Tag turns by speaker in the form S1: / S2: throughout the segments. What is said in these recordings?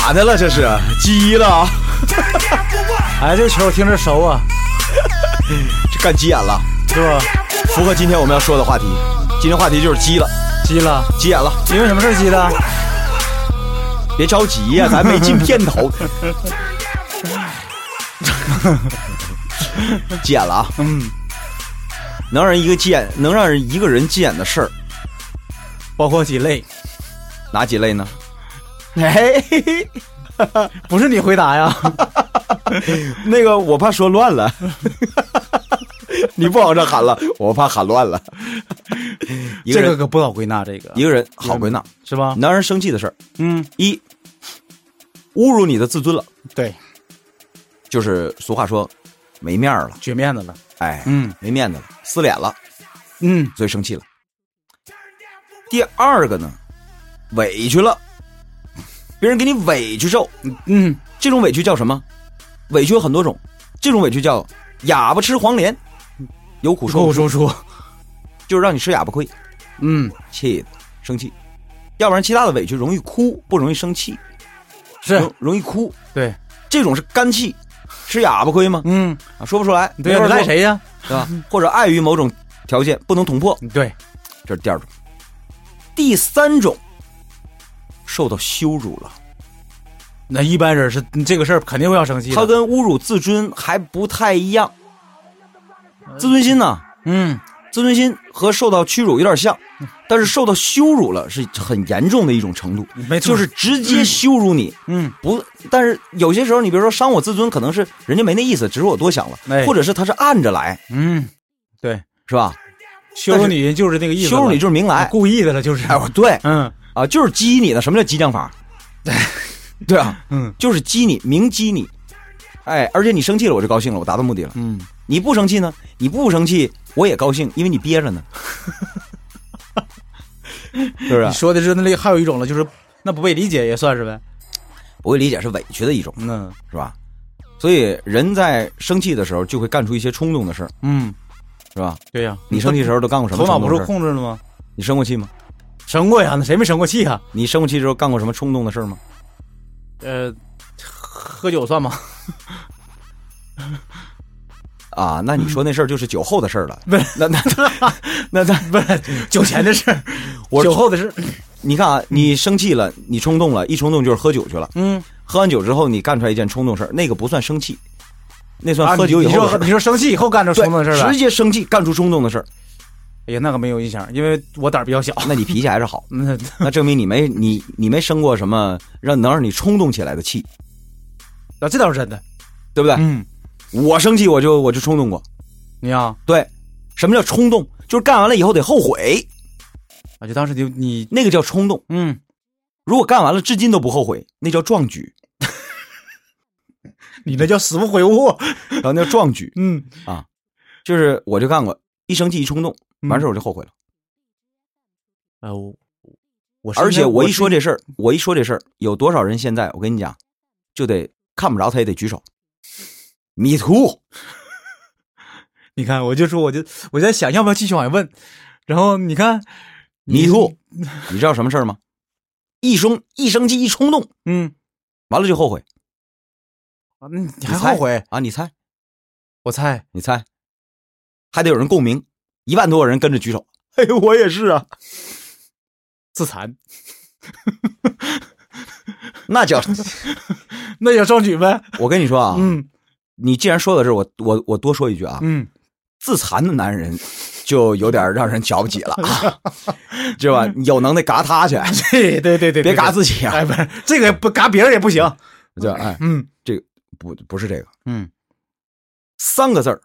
S1: 哪的了？这是鸡了，
S2: 哎，这球听着熟啊，
S1: 这干急眼了，
S2: 是吧？
S1: 符合今天我们要说的话题。今天话题就是鸡了，
S2: 急了，
S1: 急眼了，
S2: 因为什么事儿急的？
S1: 别着急 呀、咱没进片头。急眼了啊！
S2: 嗯，
S1: 能让人一个急眼，能让人一个人急眼的事儿，
S2: 包括鸡肋，
S1: 哪几类呢？
S2: 哎， 不是你回答呀？
S1: 那个我怕说乱了，你不往这喊了，我怕喊乱了。一个嗯
S2: 这
S1: 人，
S2: 个可不好归纳，这个
S1: 一个人好归纳，
S2: 是吧？
S1: 男人生气的事儿，
S2: 嗯，
S1: 一侮辱你的自尊了，
S2: 对，
S1: 就是俗话说没面儿了，
S2: 绝面子了，
S1: 哎，
S2: 嗯
S1: 没面子了，撕脸了，
S2: 嗯，
S1: 所以生气了。第二个呢，委屈了，别人给你委屈受，
S2: 嗯，
S1: 这种委屈叫什么？委屈有很多种，这种委屈叫哑巴吃黄连，有苦
S2: 说
S1: 说
S2: 不
S1: 不出，
S2: 说出，
S1: 就是让你吃哑巴亏。
S2: 嗯，
S1: 气的生气，要不然其他的委屈容易哭，不容易生气，
S2: 是
S1: 容容易哭。
S2: 对，
S1: 这种是干气，吃哑巴亏吗？
S2: 嗯，
S1: 啊，说不出来，
S2: 对呀，
S1: 没法
S2: 你赖
S1: 说？
S2: 谁呀？
S1: 对吧？或者碍于某种条件不能捅破，
S2: 对，
S1: 这是第二种。第三种，受到羞辱了，
S2: 那一般人是这个事儿肯定会要生气的。
S1: 它跟侮辱自尊还不太一样。自尊心呢、
S2: 嗯，
S1: 自尊心和受到屈辱有点像，但是受到羞辱了是很严重的一种程度，
S2: 没错
S1: 就是直接羞辱你。
S2: 嗯，
S1: 不，但是有些时候，你比如说伤我自尊，可能是人家没那意思，只是我多想了，
S2: 哎
S1: 或者是他是按着来，
S2: 嗯，对，
S1: 是吧？
S2: 羞辱你就是这个意思了，
S1: 羞辱你就是明来，
S2: 故意的了，就是。
S1: 哎，我对
S2: 嗯
S1: 啊，就是激你的，什么叫激将法？ 对啊，
S2: 嗯
S1: 就是激你，明激你，哎，而且你生气了，我就高兴了，我达到目的了。
S2: 嗯，
S1: 你不生气呢？你不生气，我也高兴，因为你憋着呢， 是啊不是
S2: 你？说的是那啊里还有一种了，就是那不被理解也算是呗。
S1: 我会理解是委屈的一种，
S2: 嗯
S1: 是吧？所以人在生气的时候就会干出一些冲动的事儿，
S2: 嗯，
S1: 是吧？
S2: 对呀，
S1: 你生气的时候都干过什么
S2: 头
S1: 冲
S2: 脑
S1: 动
S2: 不
S1: 的
S2: 受
S1: 事儿？
S2: 控制了吗？
S1: 你生过气吗？
S2: 生过呀，那谁没生过气呀？
S1: 你生过气之后干过什么冲动的事儿吗？
S2: 呃，喝酒算 吗？
S1: 啊，那你说那事儿就是酒后的事儿了。
S2: 不是
S1: 那那 那那，
S2: 不是酒前的事儿，
S1: 我
S2: 酒后的事儿。
S1: 你看啊，你生气了，你冲动了，一冲动就是喝酒去了。
S2: 嗯，
S1: 喝完酒之后，你干出来一件冲动事儿，那个不算生气，那
S2: 啊
S1: 算喝酒以
S2: 你
S1: 后
S2: 说
S1: 的事儿、
S2: 你说生气以后干这
S1: 对
S2: 冲动的事儿
S1: 直
S2: 了？
S1: 接生气干出冲动的事儿，
S2: 哎呀，那个没有印象，因为我胆儿比较小。，
S1: 那你脾气还是好
S2: 那
S1: 那证明你没你你没生过什么让能让你冲动起来的气，
S2: 啊，这倒是真的。
S1: 对不对？
S2: 嗯，
S1: 我生气我就我就冲动过，
S2: 你啊，
S1: 对，什么叫冲动？就是干完了以后得后悔，
S2: 啊，就当时就你，
S1: 那个叫冲动。
S2: 嗯，
S1: 如果干完了至今都不后悔，那叫壮举，
S2: 你那叫死不悔悟。
S1: 然啊后那叫壮举。
S2: 嗯，
S1: 就是我就干过，一生气一冲动，
S2: 嗯
S1: 完事儿我就后悔了。
S2: 啊，我我
S1: 而且我一说
S2: 这，
S1: 这事儿，我一说这事儿，有多少人现在我跟你讲，就得看不着他也得举手。米图，
S2: 你看，我就说，我就我在想要不要继续往下问，然后你看，
S1: 迷途，你知道什么事儿吗？一生一生气一冲动，
S2: 嗯，
S1: 完了就后悔。
S2: 啊那你
S1: 你
S2: 还
S1: 猜
S2: 后悔？
S1: 啊？你猜，
S2: 我猜
S1: 你猜，还得有人共鸣，一万多个人跟着举手。 哎，我也是啊，
S2: 自残，
S1: 那 叫
S2: 那叫壮举呗。
S1: 我跟你说啊，
S2: 嗯
S1: 你既然说到这儿，我我我多说一句啊，
S2: 嗯，
S1: 自残的男人就有点让人瞧不起 了，啊，知道吧？有能耐嘎他去，
S2: 对对对
S1: 啊 别
S2: 对，对
S1: 嘎
S2: 对
S1: 自己啊！
S2: 哎，不是这个不嘎别人也不行。
S1: 就哎，
S2: 嗯
S1: 不不是这个，
S2: 嗯，
S1: 三个字儿，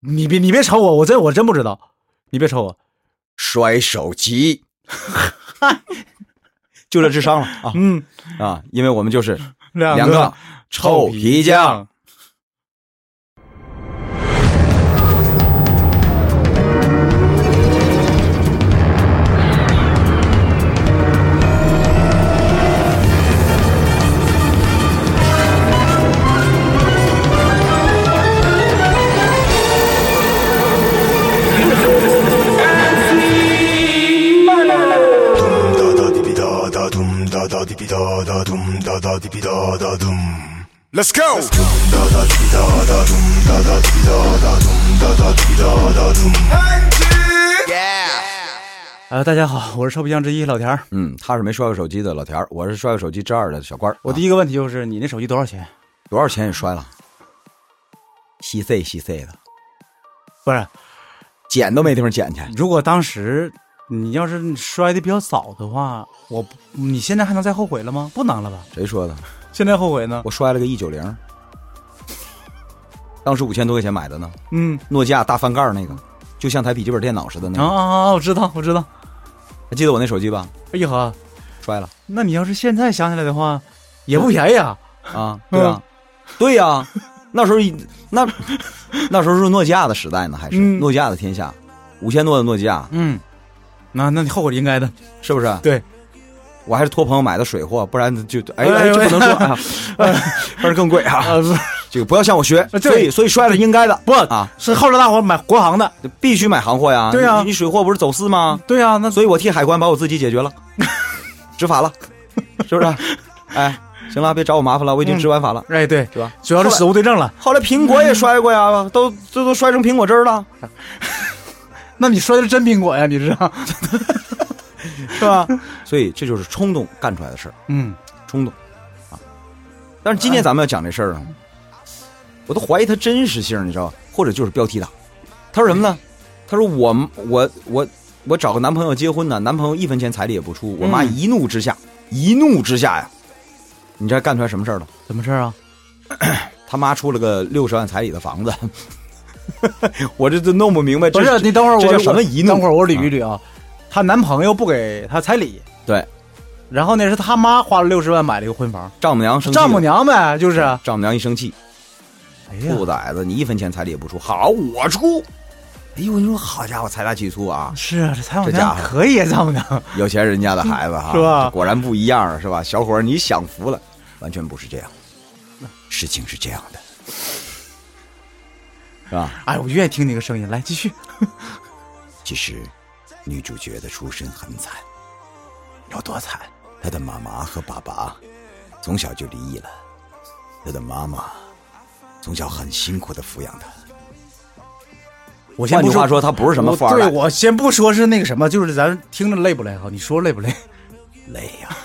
S2: 你别你别瞅我，我真我真不知道，你别瞅我。
S1: 摔手 机，就这智商了啊
S2: 嗯，
S1: 啊！因为我们就是
S2: 两
S1: 两个臭皮匠。，
S3: 咚哒哒滴滴哒， Let's go.
S2: 啊，大家好，我是臭皮匠之一老田儿。
S1: 嗯，他是没摔过手机的老田儿，我是摔过手机之二的小官儿。啊
S2: 我第一个问题就是，你那手机多少钱？
S1: 多少钱也摔了，稀碎稀碎的，
S2: 不是，
S1: 捡都没地方捡去。
S2: 如果当时你要是摔的比较早的话，我不你现在还能再后悔了吗？不能了吧？
S1: 谁说的？
S2: 现在后悔呢？
S1: 我摔了个一九零，当时五千多块钱买的呢，
S2: 嗯，
S1: 诺基亚大翻盖儿那个，就像台笔记本电脑似的那
S2: 啊
S1: 个。
S2: 啊啊！我知道，我知道。
S1: 还记得我那手机吧？
S2: 哎呀呵，
S1: 摔了
S2: 那你要是现在想起来的话，也不便宜啊。
S1: 啊，对啊，对呀、那时候一那那时候是诺基亚的时代呢，还是、
S2: 嗯
S1: 诺基亚的天下？五千多的诺基亚
S2: 嗯，那那你后悔应该的。
S1: 是不是？
S2: 对，
S1: 我还是托朋友买的水货，不然就哎
S2: 哎
S1: 哎，
S2: 呦
S1: 这不能说啊，不然更贵啊。
S2: 不是
S1: 这个不要向我学，
S2: 对
S1: 所以所以摔了应该的，
S2: 不
S1: 啊，
S2: 是后来大伙儿买国行的。
S1: 必须买行货呀。
S2: 对呀
S1: 你你水货不是走私吗？
S2: 对呀、那
S1: 所以我替海关把我自己解决了，执法了，是不是？哎，行了，别找我麻烦了，我已经执完法了。
S2: 哎对，
S1: 是吧？
S2: 主要是死无对证了。
S1: 后来苹果也摔过呀，都这都摔成苹果汁儿了，
S2: 那你摔的是真苹果呀？你知道？
S1: 是吧？ 所以这就是冲动干出来的事儿，
S2: 嗯，
S1: 冲动啊。但是今天咱们要讲这事儿啊，我都怀疑它真实性，你知道吧？或者就是标题党。他说什么呢？他说我我我我找个男朋友结婚呢，男朋友一分钱彩礼也不出，我妈
S2: 嗯
S1: 一怒之下，一怒之下呀，你知道干出来什么事儿了？
S2: 怎么事儿啊？
S1: 他妈出了个六十万彩礼的房子， 我这都弄不明白。
S2: 不
S1: 这
S2: 是，你等会儿我
S1: 这叫什么遗怒
S2: 等会儿我捋一捋啊。她、男朋友不给她彩礼，
S1: 对
S2: 然后呢是她妈花了六十万买了一个婚房，
S1: 丈母娘生气了
S2: 丈母娘呗，就是。
S1: 丈母娘一生气，
S2: 啊哎呀，
S1: 兔崽子，你一分钱彩礼也不出，好我出。哎呦，你说好家伙，财大气粗 啊！
S2: 是啊，这丈母
S1: 这家
S2: 娘
S1: 伙
S2: 可以啊，丈母娘。
S1: 有钱人家的孩子哈，
S2: 是吧
S1: 果然不一样，是吧？小伙儿，你享福了，完全不是这样，事情是这样的，是吧？
S2: 哎，我愿意听你个声音，来继续。
S1: 其实，女主角的出身很惨，
S2: 有多惨？
S1: 她的妈妈和爸爸从小就离异了，她的妈妈从小很辛苦的抚养她。
S2: 我先
S1: 换
S2: 不
S1: 句话
S2: 说
S1: 说，她不是什么
S2: 我
S1: 富二代
S2: 对，我先不说是那个什么，就是咱听着累不累哈？你说累不累？
S1: 累啊呀、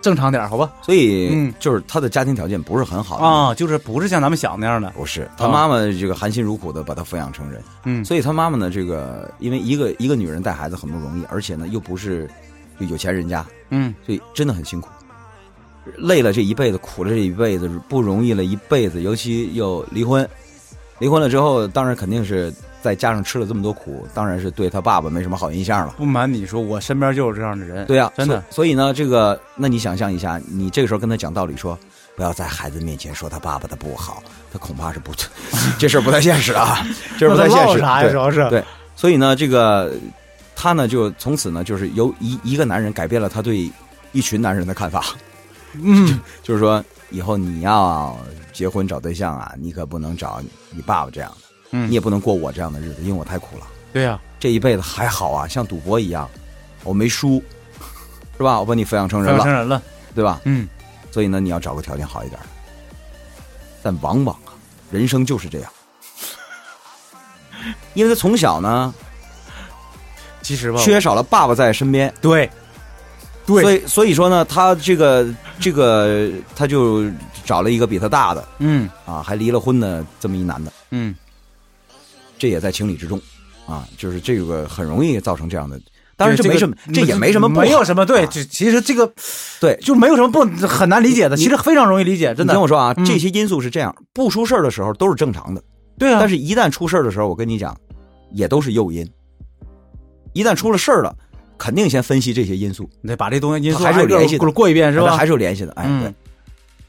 S2: 正常点儿好吧？
S1: 所以
S2: 嗯
S1: 就是她的家庭条件不是很好
S2: 啊，就是不是像咱们想那样的。
S1: 不是，她妈妈这个含辛茹苦的把她抚养成人，
S2: 嗯
S1: 所以她妈妈呢，这个因为一个一个女人带孩子很不容易，而且呢又不是就有钱人家，
S2: 嗯，
S1: 所以真的很辛苦，累了这一辈子，苦了这一辈子，不容易了一辈子，尤其又离婚，离婚了之后，当然肯定是再加上吃了这么多苦，当然是对他爸爸没什么好印象了。
S2: 不瞒你说，我身边就有这样的人。
S1: 对啊呀、
S2: 真的
S1: 所。所以呢，这个，那你想象一下，你这个时候跟他讲道理说，不要在孩子面前说他爸爸的不好，他恐怕是不， 这事儿不太现实 啊，这事儿不太现实。
S2: 那他唠啥呀？
S1: 对
S2: 主要是
S1: 对所以呢，这个他呢，就从此呢，就是由一一个男人改变了他对一群男人的看法。
S2: 嗯，
S1: 就是说以后你要结婚找对象啊，你可不能找你爸爸这样的，
S2: 嗯
S1: 你也不能过我这样的日子，因为我太苦了。
S2: 对呀，
S1: 这一辈子还好啊，像赌博一样，我没输，是吧？我把你抚养成人
S2: 要成
S1: 了，
S2: 人了。
S1: 对吧？
S2: 嗯，
S1: 所以呢，你要找个条件好一点的。但往往啊，人生就是这 样，因为他从小呢
S2: 其实吧，
S1: 缺少了爸爸在身边，
S2: 对，
S1: 所
S2: 对，
S1: 以所以说呢，他这个这个他就找了一个比他大的
S2: 嗯
S1: 啊，还离了婚的这么一男的。
S2: 嗯，
S1: 这也在情理之中，啊，就是这个很容易造成这样的。当然这
S2: 对
S1: 没
S2: 个
S1: 什么，这也没什么不好，
S2: 没有什么对，
S1: 啊
S2: 就其实这个
S1: 对。
S2: 就没有什么不很难理解的，其实非常容易理解，真
S1: 你
S2: 的
S1: 听。我说啊，
S2: 嗯
S1: 这些因素是这样，不出事儿的时候都是正常的，
S2: 对啊，
S1: 但是一旦出事儿的时候，我跟你讲，也都是诱因。一旦出了事儿了，肯定先分析这些因素，
S2: 你得把这东西因素
S1: 还是有
S2: 挨个
S1: 联系的
S2: 过过一遍是吧？
S1: 还是有联系的。哎，
S2: 嗯
S1: 对。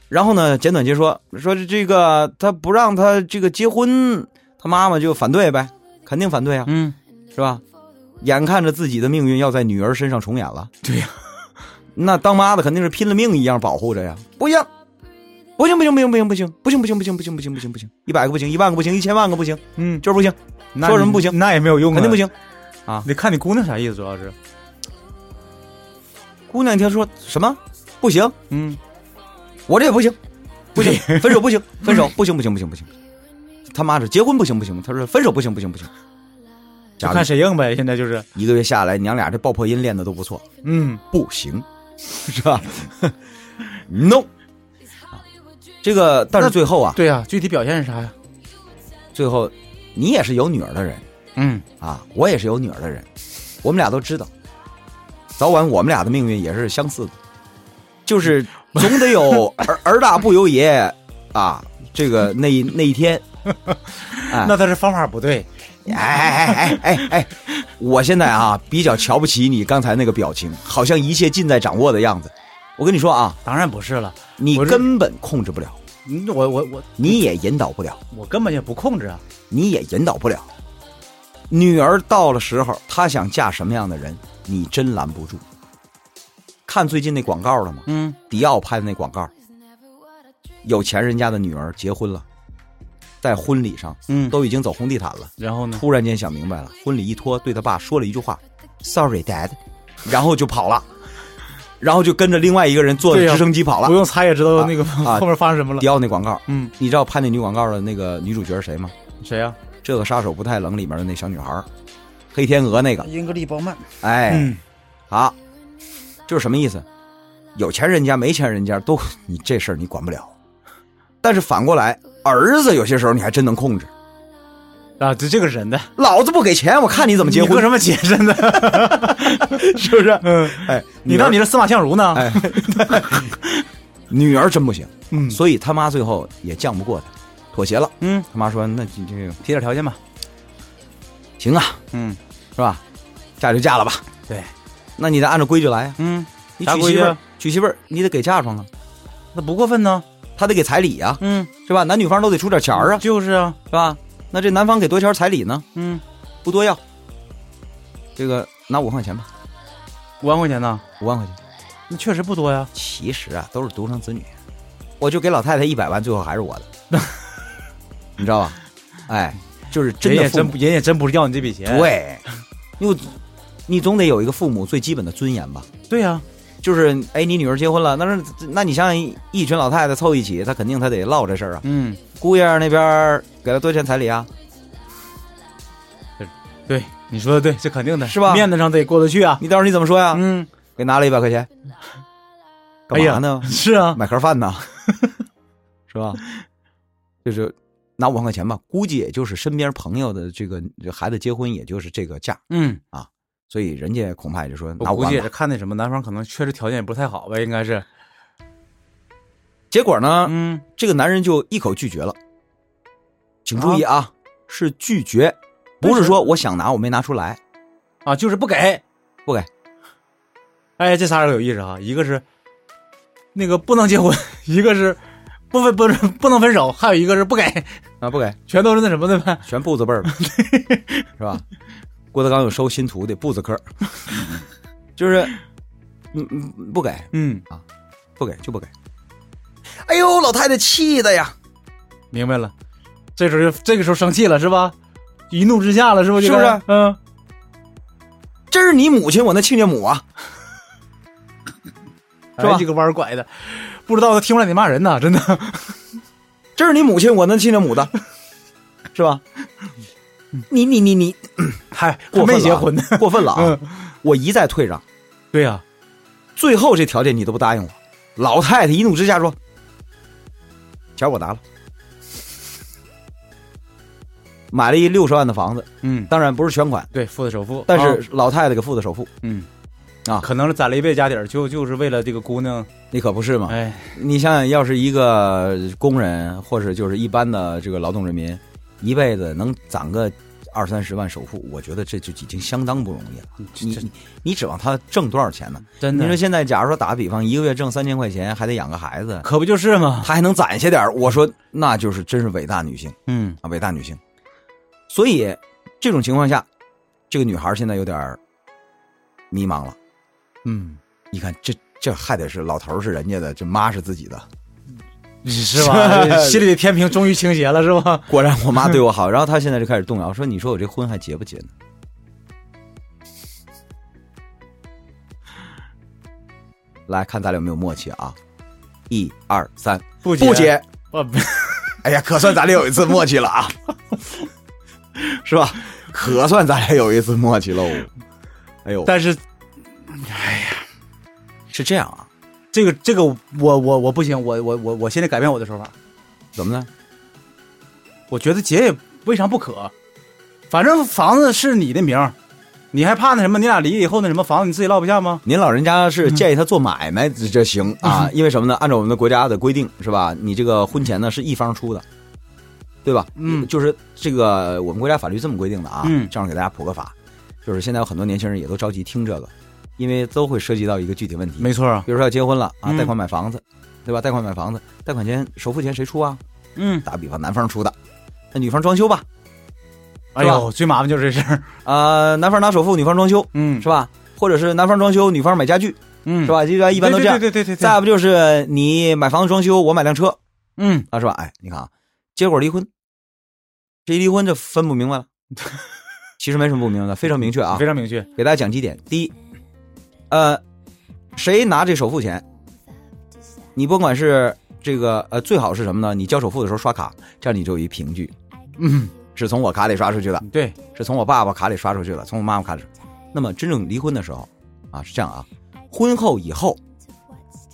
S1: 然后呢，简短截说，说这个他不让他这个结婚，他妈妈就反对呗，肯定反对啊，
S2: 嗯，
S1: 是吧？眼看着自己的命运要在女儿身上重演了，
S2: 对呀，
S1: 那当妈的肯定是拼了命一样保护着呀。不行，不行，不行，不行，不行，不行，不行，不行，不行，不行，不行，不行，不行，一百个不行，一万个不行，一千万个不行，
S2: 嗯，
S1: 就是不行，
S2: 那
S1: 说什么
S2: 你
S1: 不行
S2: 那也没有用，啊
S1: 肯定不。行。
S2: 得看你姑娘啥意思，主要是
S1: 姑娘一听说什么，不行，
S2: 嗯，
S1: 我这也不行，不行，分手 不行，分手不行不行不行不行，他妈的结婚不行不行，他说分手不行不行不行，
S2: 就
S1: 假
S2: 看
S1: 的
S2: 谁硬呗。现在就是，
S1: 一个月下来，娘俩这爆破音练的都不错，
S2: 嗯，
S1: 不行， 是吧？No，啊这个但是最后啊，
S2: 对呀、具体表现是啥呀？
S1: 最后你也是有女儿的人
S2: 嗯，
S1: 啊，我也是有女儿的人，我们俩都知道，早晚我们俩的命运也是相似的，就是
S2: 嗯
S1: 总得 有儿儿大不由爷啊，这个那一那一天。哎
S2: 那他这方法不对，
S1: 哎哎哎哎哎！哎，我现在啊比较瞧不起你刚才那个表情，好像一切尽在掌握的样子。我跟你说啊，
S2: 当然不是了。
S1: 你
S2: 我是
S1: 根本控制不了，
S2: 嗯我我我
S1: 你也引导不了，
S2: 我根本也不控制啊。
S1: 你也引导不了。女儿到了时候，她想嫁什么样的人，你真拦不住。看最近那广告了吗？
S2: 嗯，
S1: 迪奥拍的那广告，有钱人家的女儿结婚了，在婚礼上，
S2: 嗯
S1: 都已经走红地毯了。
S2: 然后呢？
S1: 突然间想明白了，婚礼一拖，对他爸说了一句话：“Sorry, Dad。”然后就跑了，然后就跟着另外一个人坐
S2: 对呀
S1: 直升机跑
S2: 不
S1: 了。
S2: 用猜也知道那个、
S1: 啊
S2: 后面发生什么了。
S1: 迪奥那广告，
S2: 嗯，
S1: 你知道拍那女广告的那个女主角是谁吗？
S2: 谁啊呀、
S1: 《这个杀手不太冷》里面的那小女孩儿，黑天鹅那个。
S2: 英格丽·褒曼。
S1: 哎，
S2: 嗯，
S1: 好，这是什么意思？有钱人家、没钱人家都， 你这事儿你管不了。但是反过来，儿子有些时候你还真能控制。
S2: 啊，就这个人的
S1: 老子不给钱，我看你怎么结
S2: 你
S1: 婚
S2: 和，什么结真 的？是不是？嗯，
S1: 哎，
S2: 你
S1: 女儿
S2: 当你是司马相如呢？
S1: 哎 女儿真不行。
S2: 嗯
S1: 所以他妈最后也犟不过他，妥协了。
S2: 嗯，
S1: 他妈说：“那你这个
S2: 提点条件吧。
S1: 行啊，
S2: 嗯
S1: 是吧？嫁就嫁了吧。
S2: 对，
S1: 那你得按照规矩来啊。
S2: 嗯，
S1: 你
S2: 啥
S1: 娶媳
S2: 规矩
S1: 妇
S2: 啊
S1: 儿，娶媳妇儿，你得给嫁妆啊，
S2: 那不过分呢。
S1: 他得给彩礼啊，
S2: 嗯，
S1: 是吧？男女方都得出点钱儿啊，
S2: 就是啊，
S1: 是吧？那这男方给多少钱彩礼呢？
S2: 嗯，
S1: 不多要，这个拿五万块钱吧，
S2: 五万块钱呢，
S1: 五万块钱。
S2: 那确实不多呀。
S1: 其实啊，都是独生子女，我就给老太太一百万，最后还是我的， 你知道吧？哎，就是真
S2: 人
S1: 的
S2: 也
S1: 父母
S2: 真不人也真不是要你这笔钱。
S1: 对，你你总得有一个父母最基本的尊严吧？
S2: 对啊呀，
S1: 就是哎，你女儿结婚了，那是那你想想一一群老太太凑一起，她肯定她得唠这事儿啊。
S2: 嗯，
S1: 姑爷那边儿给了多少钱彩礼啊？
S2: 对，你说的对，这肯定的，
S1: 是吧
S2: 面子上得过得去啊。
S1: 你到时候你怎么说呀？
S2: 嗯，
S1: 给拿了一百块钱，干嘛呢？
S2: 是啊，
S1: 买盒饭呢， 是吧？就是拿五万块钱吧，估计也就是身边朋友的这个这孩子结婚，也就是这个价，
S2: 嗯，
S1: 所以人家恐怕也就说拿
S2: 我
S1: 五
S2: 估
S1: 万
S2: 计也
S1: 吧。
S2: 是看那什么，男方可能确实条件也不太好吧，应该是。
S1: 结果呢，
S2: 嗯，
S1: 这个男人就一口拒绝了。请注意啊，是拒绝，不是说我想拿我没拿出来。
S2: 啊，就是不给，
S1: 不给。
S2: 哎，这仨人有意思啊，一个是那个不能结婚，一个是不分不是不能分手，还有一个是不给，
S1: 啊，不给，
S2: 全都是那什么的呗。
S1: 全步子辈儿了， 是吧？郭德纲有收新徒弟步子科儿， 就是，嗯嗯，不给，
S2: 嗯，
S1: 不给就不给。哎呦，老太太气的呀，
S2: 明白了。这时候就这个时候生气了是吧？一怒之下了是不？
S1: 是
S2: 就
S1: 不是啊
S2: 该嗯，
S1: 这是你母亲，我那亲家母啊，是
S2: 是
S1: 吧
S2: 哎吧？这个弯儿拐的，不知道他听不来你骂人呢， 真的。
S1: 这是你母亲，我那亲家 母的，是吧？你你你你
S2: 还
S1: 过分
S2: 没
S1: 了啊
S2: 结婚呢。
S1: 过分了啊！我一再退让。
S2: 对呀、
S1: 最后这条件你都不答应我。老太太一怒之下说：“钱我拿了，买了一六十万的房子，
S2: 嗯，
S1: 当然不是全款，
S2: 对，付的首付，
S1: 但
S2: 啊
S1: 是老太太给付的首付，
S2: 嗯
S1: 啊
S2: 可能是攒了一辈子家底儿，就就是为了这个姑娘。
S1: 你可不是嘛？
S2: 哎，
S1: 你想想，要是一个工人或者就是一般的这个劳动人民，一辈子能攒个二三十万首付，我觉得这就已经相当不容易了。
S2: 嗯这
S1: 你
S2: 这
S1: 你你指望他挣多少钱呢？
S2: 真
S1: 你
S2: 的
S1: 说，现在，假如说打个比方，一个月挣三千块钱，还得养个孩子，
S2: 可不就是吗？
S1: 她还能攒下点儿我说那就是真是伟大女性
S2: 嗯，
S1: 啊，伟大女性。所以这种情况下，这个女孩现在有点儿迷茫了。
S2: 嗯，
S1: 你看，这这还得是老头儿是人家的，这妈是自己的。
S2: 是吧？心里的天平终于倾斜了，是吧？
S1: 果然我妈对我好，然后她现在就开始动摇，说：“你说我这婚还结不结呢？”来看咱俩有没有默契啊！一二三，
S2: 不
S1: 不
S2: 接，
S1: 接！
S2: 我
S1: 哎呀，可算咱俩有一次默契了啊， 是吧？可算咱俩有一次默契喽！哦哎呦，
S2: 但是
S1: 是这样啊？
S2: 这个这个我我我不行，我我我我现在改变我的说法，
S1: 怎么呢？
S2: 我觉得结也未尝不可，反正房子是你的名儿，你还怕那什么？你俩离以后那什么房子你自己落不下吗？
S1: 您老人家是
S2: 嗯
S1: 建议他做买卖，这这行啊？因为什么呢？按照我们的国家的规定，是吧？你这个婚钱呢是一方出的，对吧？
S2: 嗯
S1: 就是这个我们国家法律这么规定的啊。
S2: 嗯
S1: 这样给大家普个法，就是现在有很多年轻人也都着急听这个，因为都会涉及到一个具体问题，
S2: 没错啊，
S1: 比如说要结婚了啊，
S2: 嗯
S1: 贷款买房子，对吧？贷款买房子，贷款钱首付钱谁出啊？
S2: 嗯，
S1: 打比方，男方出的，那女方装修吧，
S2: 哎呦，最麻烦就是这事儿，
S1: 啊，男方拿首付，女方装修，
S2: 嗯
S1: 是吧？或者是男方装修，女方买家具，
S2: 嗯
S1: 是？吧？一般一般都这样。
S2: 对对对 对对，
S1: 再不就是你买房子装修，我买辆车
S2: 嗯，
S1: 啊，是吧？哎，你看啊，结果离婚，这一离婚就分不明白了。 其实没什么不明白的，非常明确啊
S2: 非。常明确，
S1: 给大家讲几点：第一，呃，谁拿这首付钱，你甭管是这个呃，最好是什么呢？你交首付的时候刷卡，这样你就有一凭据，
S2: 嗯，
S1: 是从我卡里刷出去的，
S2: 对，
S1: 是从我爸爸卡里刷出去的，从我妈妈卡里刷。那么真正离婚的时候，啊，是这样啊，婚后以后，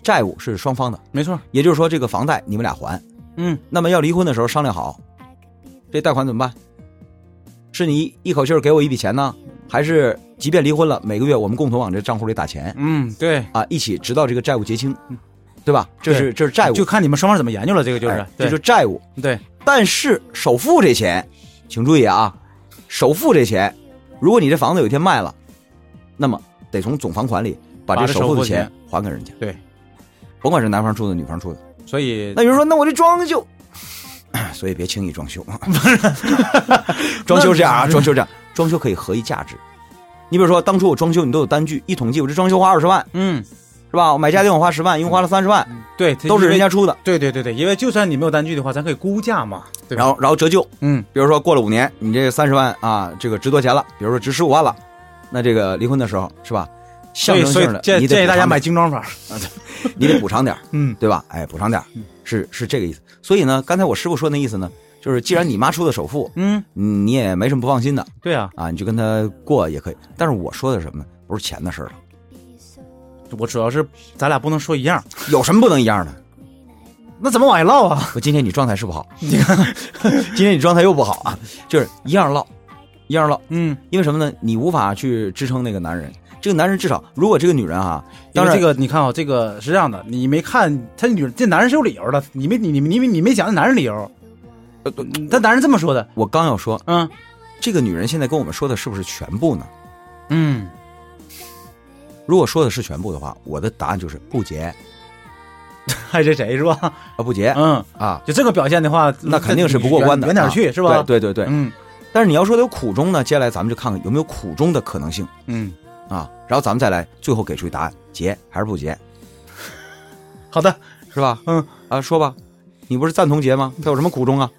S1: 债务是双方的。
S2: 没错，
S1: 也就是说，这个房贷你们俩还。
S2: 嗯，
S1: 那么要离婚的时候商量好，这贷款怎么办？是你一口气儿给我一笔钱呢，还是即便离婚了，每个月我们共同往这账户里打钱
S2: 嗯，对，
S1: 啊，一起直到这个债务结清，对吧？这是这是债务，
S2: 就看你们双方怎么研究了，这个就是，
S1: 哎
S2: 对
S1: 这就是债务。
S2: 对，
S1: 但是首付这钱，请注意啊，首付这钱，如果你这房子有一天卖了，那么得从总房款里把
S2: 把
S1: 这
S2: 这
S1: 首付
S2: 首付
S1: 的
S2: 钱
S1: 钱还给人家。
S2: 对，
S1: 甭管是男方出的女方出的。
S2: 所以
S1: 那有人说，那我这装修， 所以别轻易装 修。装修这样啊，装修这样，装修可以合一价值。你比如说，当初我装修，你都有单据，一统计，我这装修花二十万，
S2: 嗯，
S1: 是吧？我买家电我花十万，一共花了三十万，
S2: 对，
S1: 都是人
S2: 嗯因为
S1: 家出的。
S2: 对对对对，因为就算你没有单据的话，咱可以估价嘛，对吧？
S1: 然后，然后折旧，
S2: 嗯，
S1: 比如说过了五年，你这三十万啊，这个值多钱了？比如说值十五万了，那这个离婚的时候是吧？象
S2: 所以
S1: 征
S2: 所以
S1: 性的，
S2: 建
S1: 你得
S2: 建议大家
S1: 补偿
S2: 买精装房，
S1: 点，你得补偿点儿，
S2: 嗯，
S1: 对吧？哎，补偿点儿是是这个意思。所以呢，刚才我师傅说那意思呢，就是既然你妈出的首付，
S2: 嗯，
S1: 嗯你也没什么不放心的，
S2: 对啊，
S1: 啊，你就跟他过也可以。但是我说的是什么呢？不是钱的事儿了，
S2: 我主要是咱俩不能说一样，
S1: 有什么不能一样的？
S2: 那怎么往下唠啊？
S1: 我今天你状态是不 好，你看，今天你状态又不好啊，就是一样唠，一样唠。
S2: 嗯，
S1: 因为什么呢？你无法去支撑那个男人。这个男人至少，如果这个女人啊，
S2: 因
S1: 当
S2: 为
S1: 然
S2: 这个你看啊，这个是这样的，你没看他女这男人是有理由的，你没你你你你没讲那男人理由，
S1: 呃嗯
S2: 但男人这么说的，
S1: 我刚要说，
S2: 嗯
S1: 这个女人现在跟我们说的是不是全部呢？
S2: 嗯，
S1: 如果说的是全部的话，我的答案就是不结
S2: 还是谁是吧？
S1: 啊，不结
S2: 嗯，
S1: 啊，
S2: 就这个表现的话，
S1: 那肯定是不过关的，
S2: 远远点
S1: 啊
S2: 去是吧？
S1: 对对对对。
S2: 嗯
S1: 但是你要说的有苦衷呢，接下来咱们就看看有没有苦衷的可能性。
S2: 嗯，
S1: 啊，然后咱们再来最后给出一答案，结还是不结，
S2: 好的，
S1: 是吧？
S2: 嗯
S1: 啊，说吧，你不是赞同结吗？他有什么苦衷啊？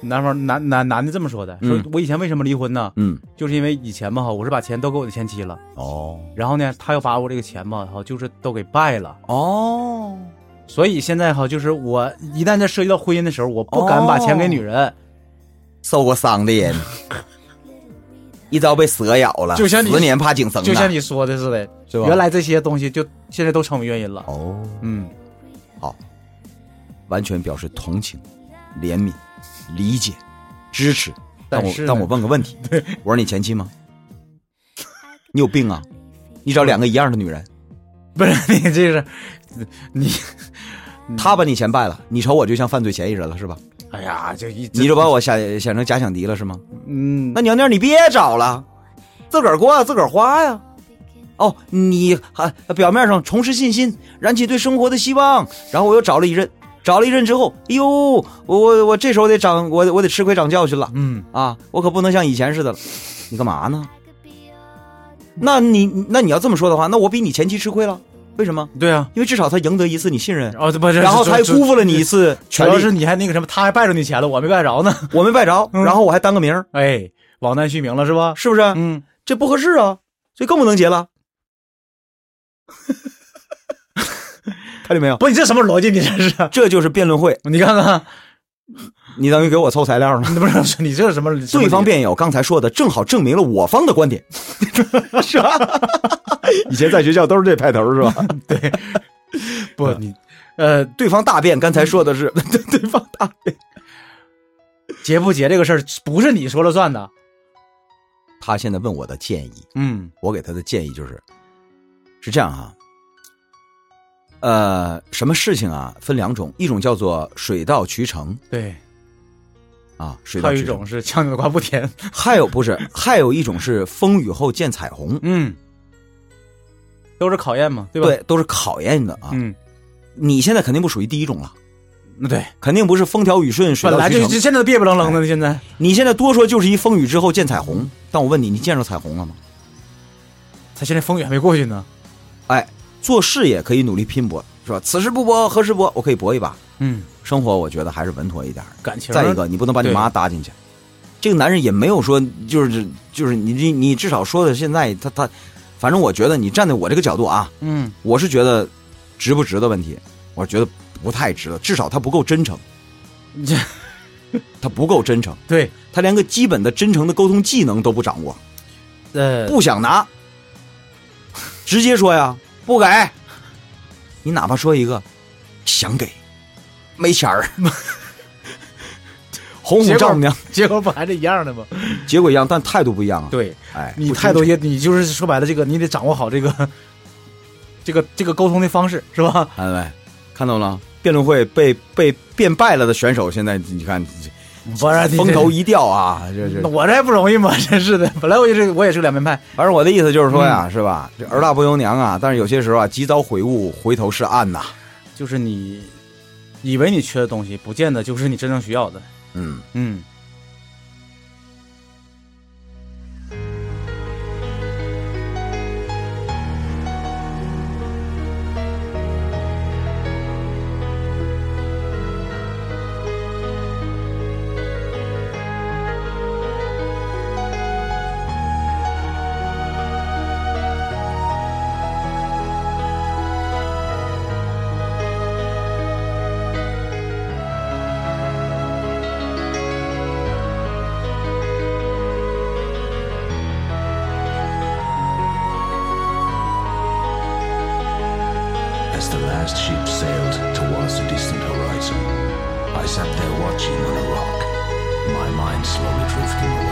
S2: 男方男男男的这么说的，说
S1: 嗯
S2: 我以前为什么离婚呢？
S1: 嗯，
S2: 就是因为以前吧哈，我是把钱都给我的前妻了，
S1: 哦
S2: 然后呢，他又把我这个钱吧哈，就是都给败了。
S1: 哦，
S2: 所以现在哈，就是我一旦在涉及到婚姻的时候，我不敢把钱给女人，
S1: 受过伤的人，一朝被蛇咬了，
S2: 就像你
S1: 十年怕井绳啊，
S2: 就像你说的似的，
S1: 是吧
S2: 原来这些东西就现在都成为原因了。
S1: 哦，
S2: 嗯，
S1: 完全表示同情、怜悯、理解、支持。但
S2: 但
S1: 我
S2: 是呢
S1: 但我问个问 题，我说你前妻吗？你有病啊！你找两个一样的女人，
S2: 不是你这是你，嗯
S1: 她把你钱败了，你瞅我就像犯罪嫌疑人了是吧？
S2: 哎呀，就一
S1: 你就把我想想成假想敌了是吗？
S2: 嗯，
S1: 那娘娘，你别找了，自个儿过，自个儿花呀。哦，你还表面上重拾信心，燃起对生活的希望，然后我又找了一任，找了一任之后，哎呦，我我我这时候得长，我我得吃亏长教训了
S2: 嗯，
S1: 啊！我可不能像以前似的了。你干嘛呢？那你那你要这么说的话，那我比你前妻吃亏了，为什么？
S2: 对啊，
S1: 因为至少他赢得一次你信任，
S2: 哦，这不是，
S1: 然后他还
S2: 主
S1: 辜负了你一，次
S2: 主主
S1: 权
S2: 要是
S1: 利，
S2: 你还那个什么，他还败着你钱了，我没败着呢，
S1: 我没败着，
S2: 嗯
S1: 然后我还当个名儿，
S2: 哎，网难虚名了是吧？
S1: 是不啊是？
S2: 嗯，
S1: 这不合适啊，所以更不能结了。 看见没有？
S2: 不，你这什么逻辑？你这是，
S1: 这就是辩论会，
S2: 你看看，
S1: 你等于给我凑材料了。
S2: 你不是你这是什么？什 么
S1: 对方辩友刚才说的正好证明了我方的观 点，是吧？ 以前在学校都是这派头，是吧？
S2: 不你，呃，
S1: 对方大辩，刚才说的 是对方大辩，
S2: 结不结这个事儿不是你说了算的。
S1: 他现在问我的建议，
S2: 嗯
S1: 我给他的建议就是，是这样哈、呃，什么事情啊？分两种，一种叫做水到渠成
S2: 对，
S1: 啊，水
S2: 还
S1: 到
S2: 有
S1: 渠
S2: 一
S1: 成
S2: 种。是强扭的瓜不甜。
S1: 还有不是，还有一种是风雨后见彩虹，
S2: 嗯，都是考验嘛，对吧？
S1: 对，都是考验你的啊。
S2: 嗯，
S1: 你现在肯定不属于第一种了，
S2: 那对，
S1: 肯定不是风调雨顺、水
S2: 本
S1: 到
S2: 来
S1: 渠
S2: 就
S1: 成。
S2: 现在都憋不楞楞的，现在
S1: 你现在多说就是一风雨之后见彩虹，但我问你，你见着彩虹了吗？
S2: 他现在风雨还没过去呢。
S1: 哎，做事业可以努力拼搏，是吧？此时不搏，何时搏？我可以搏一把。
S2: 嗯，
S1: 生活我觉得还是稳妥一点儿。
S2: 感情。啊
S1: 再一个，，你不能把你
S2: 对
S1: 妈搭进去。这个男人也没有说，就是就是你你你至少说的现在他他，反正我觉得你站在我这个角度啊，
S2: 嗯，
S1: 我是觉得值不值的问题，我觉得不太值了，至少他不够真诚，
S2: 这
S1: 他不够真诚，
S2: 对，
S1: 他连个基本的真诚的沟通技能都不掌握，
S2: 呃，
S1: 不想拿，直接说呀，不给，你哪怕说一个想给，没钱儿，哄哄
S2: 结果
S1: 丈母娘，
S2: 结果不还是一样的吗？
S1: 结果一样，但态度不一样啊，
S2: 对
S1: 哎，
S2: 你
S1: 不
S2: 态度
S1: 真诚
S2: 也，你就是说白了，这个你得掌握好这个，这个这个沟通的方式是吧？
S1: 哎喂，看到了，辩论会被被辩败了的选手，现在你看
S2: 不然你
S1: 风头一掉啊，这这
S2: 那，我这还不容易吗？真是的，本来我就是我也是个两面派，
S1: 反正我的意思就是说
S2: 嗯
S1: 呀，是吧？这儿大不由娘啊，但是有些时候啊，及早悔悟，回头是岸呐。
S2: 就是你以为你缺的东西，不见得就是你真正需要的。
S1: 嗯，
S2: 嗯，
S3: As the last ship sailed towards the distant horizon, I sat there watching on a rock, my mind slowly drifting away.